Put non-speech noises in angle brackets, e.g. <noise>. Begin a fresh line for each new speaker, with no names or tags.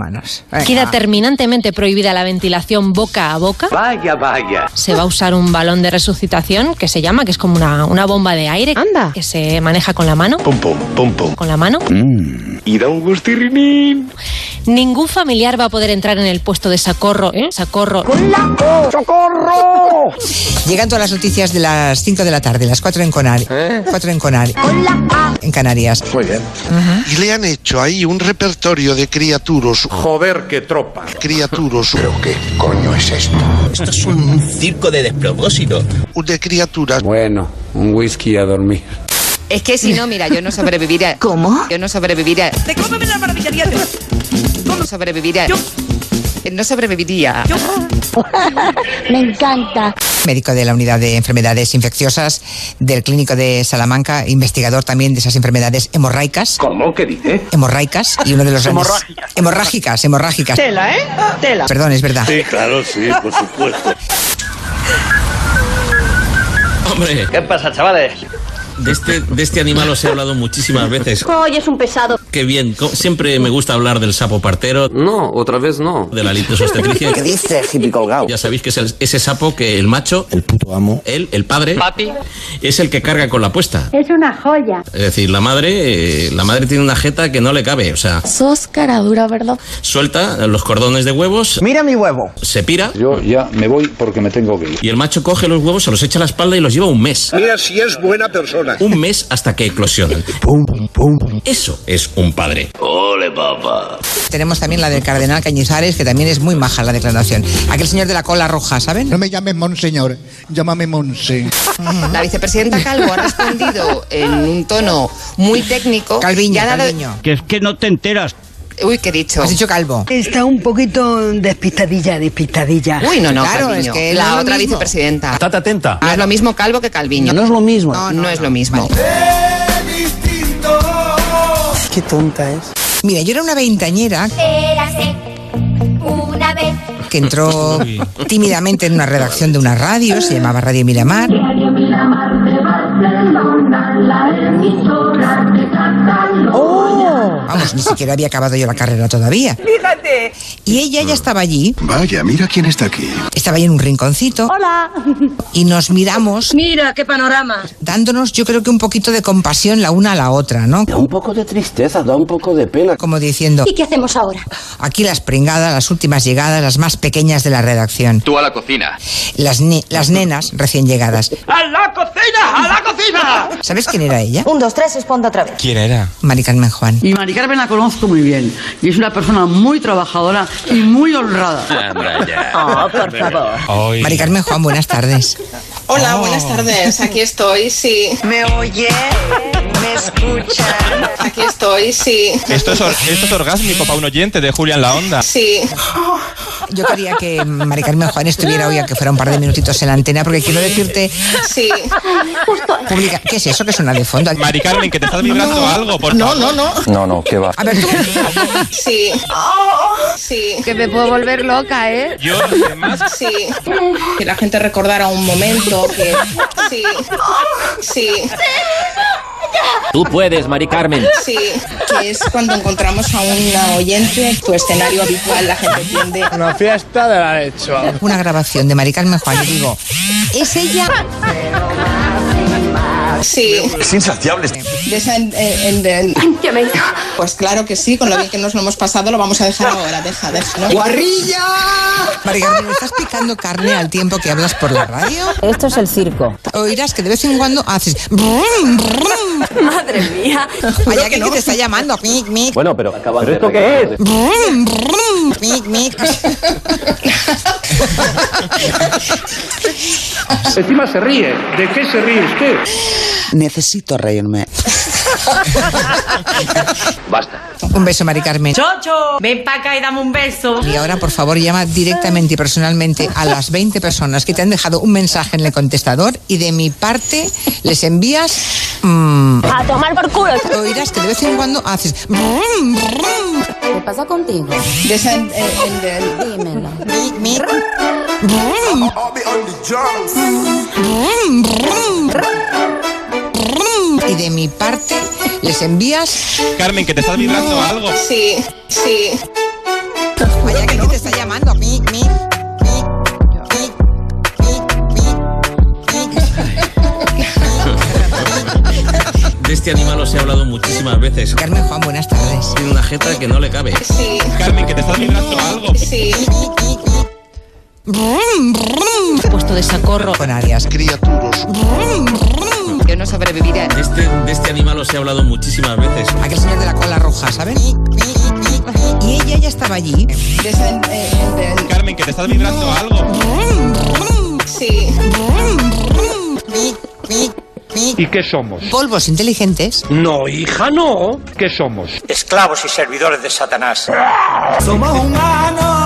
manos.
Queda terminantemente prohibida la ventilación boca a boca.
Vaya, vaya.
Se va a usar un balón de resucitación que se llama, que es como una, una bomba de aire.
Anda.
Que se maneja con la mano.
Pum, pum, pum, pum.
Con la mano.
Mm, Y da un gustirrinín.
Ningún familiar va a poder entrar en el puesto de socorro. ¿eh? Socorro.
Llegan todas las noticias de las 5 de la tarde, las 4 en Conar. 4 en Conar. En Canarias.
Muy bien.
y le han hecho ahí un repertorio de criaturos,
Joder, qué tropa.
criaturos,
¿Qué coño es esto?
Esto es un circo de despropósito.
de criaturas
Bueno, un whisky a dormir.
Es que si no, mira, yo
<laughs>
no sobreviviría. ¿Cómo? Yo no sobreviviría.
Te cómeme la maravillería.
¿Cómo sobreviviría? Eh, No sobreviviría. <laughs>
Me encanta.
Médico de la unidad de enfermedades infecciosas del Clínico de Salamanca, investigador también de esas enfermedades hemorraicas.
¿Cómo? ¿Qué dice?
Hemorraicas y uno de los grandes- hemorrágicas, hemorrágicas.
Tela, ¿eh? Tela.
Perdón, es verdad.
Sí, claro, sí, por supuesto.
Hombre,
¿Qué pasa, chavales?
de este, de este animal os he hablado muchísimas veces.
Hoy es un pesado.
Qué bien, co- siempre me gusta hablar del sapo partero,
No, otra vez no.
de la liposostetricia. ¿Qué dices, colgado? Ya sabéis que es el- ese sapo que el macho,
El puto amo.
él, el padre,
Papi.
es el que carga con la puesta.
Es una joya.
Es decir, la madre, eh, la madre tiene una jeta que no le cabe, o sea,
Sos cara dura, ¿verdad?
suelta los cordones de huevos,
Mira mi huevo.
se pira
Yo ya me voy porque me tengo que ir.
y el macho coge los huevos, se los echa a la espalda y los lleva un mes.
Mira si es buena persona.
Un mes hasta que eclosionan. Eso es un padre.
Ole, papá.
Tenemos también la del cardenal Cañizares, que también es muy maja la declaración. Aquel señor de la cola roja, ¿saben?
No me llames monseñor, llámame monse.
La vicepresidenta Calvo ha respondido en un tono muy técnico. y
Calviño,
ha dado-
Calviño.
Que es que no te enteras.
Uy, ¿qué he dicho?
Has dicho calvo.
Está un poquito despistadilla, despistadilla.
Uy, no, no,
Claro,
Calviño.
es que no
La
es lo
otra
mismo.
vicepresidenta. Estate atenta. No es lo mismo Calvo que Calviño.
es lo mismo.
No, no es lo mismo.
Qué tonta es.
Mira, yo era una veintañera
Érase una vez.
que entró tímidamente en una redacción de una radio, se llamaba Radio Miramar.
Oh.
Vamos, ni siquiera había acabado yo la carrera todavía. Fíjate. Y ella ya estaba allí,
Vaya, mira quién está aquí.
estaba ahí en un rinconcito. Hola. Y nos miramos,
Mira qué panorama.
dándonos yo creo que un poquito de compasión la una a la otra, ¿no?
Da un poco de tristeza, da un poco de pena.
Como diciendo,
¿Y qué hacemos ahora?
aquí las pringadas, las últimas llegadas, las más pequeñas de la redacción.
Tú a la cocina.
Las, ne- las nenas recién llegadas.
¡A la cocina! ¡A la cocina!
¿Sabes quién era ella?
Un, dos, tres, responda otra vez.
¿Quién era?
Mari Carmen Juan.
Y Mari Carmen la conozco muy bien. Y es una persona muy trabajadora y muy honrada.
Ah,
Oh, por favor.
Mari Carmen Juan, buenas tardes.
Hola, buenas tardes. Aquí estoy, sí.
¿Me oye? ¿Me escucha?
Aquí estoy, sí.
Esto es, orgásmico para un oyente de Julián La Onda.
Sí.
Yo quería que Mari Carmen Juan estuviera hoy, aunque fuera un par de minutitos en la antena, porque quiero decirte,
Sí.
pública, ¿qué es eso que suena de fondo?
Mari Carmen, que te estás vibrando algo, por favor. No, no, no.
No, no, qué va.
A ver, tú.
Sí. Sí.
Que me puedo volver loca, ¿eh?
Yo, además,
Sí. Que la gente recordara un momento que. Sí. Sí.
tú puedes, Mari Carmen.
Sí. Que es cuando encontramos a un oyente, tu escenario habitual, la gente tiende.
Una fiesta de la leche.
Una grabación de Mari Carmen Juan y digo, es ella.
Sí.
Es insaciable.
De esa en- en- en- en- Pues claro que sí, con lo bien que nos lo hemos pasado, lo vamos a dejar ahora. Deja, deja. ¿no?
Mari Carmen, ¿estás picando carne al tiempo que hablas por la radio?
Esto es el circo.
Oirás que de vez en cuando haces. brum, brum.
Madre mía.
Hay alguien que te está llamando. Mic, mic.
Bueno, pero, ¿pero esto qué es?
Brum, brum, mic, mic.
Encima se ríe. ¿De qué se ríe usted?
Necesito reírme.
Basta.
Un beso, Mari Carmen.
¡Chocho! Ven para acá y dame un beso.
Y ahora, por favor, llama directamente y personalmente a las 20 personas que te han dejado un mensaje en el contestador y de mi parte les envías... mm,
A tomar por culo.
oirás que de vez en cuando haces... brum, brum,
¿Qué pasa contigo?
De esa eh, en- en- en-
Dímelo.
mi, mi, brum, brum, brum, brum, y de mi parte les envías...
Carmen, que te estás vibrando algo.
Sí, sí.
este animal os he hablado muchísimas veces.
Carmen Juan, buenas tardes.
Tiene una jeta que no le cabe.
Sí.
Carmen, que te está librando algo.
Sí.
Puesto de sacorro.
Con Arias.
Criaturas.
Yo no sobreviviré.
De este, de este animal os he hablado muchísimas veces.
Aquel señor de la cola roja, ¿saben? Y ella ya estaba allí.
eh,
Carmen, que te estás librando algo.
Sí.
¿Y qué somos?
Polvos inteligentes.
No, hija, no. ¿Qué somos?
Esclavos y servidores de Satanás.
Somos humanos.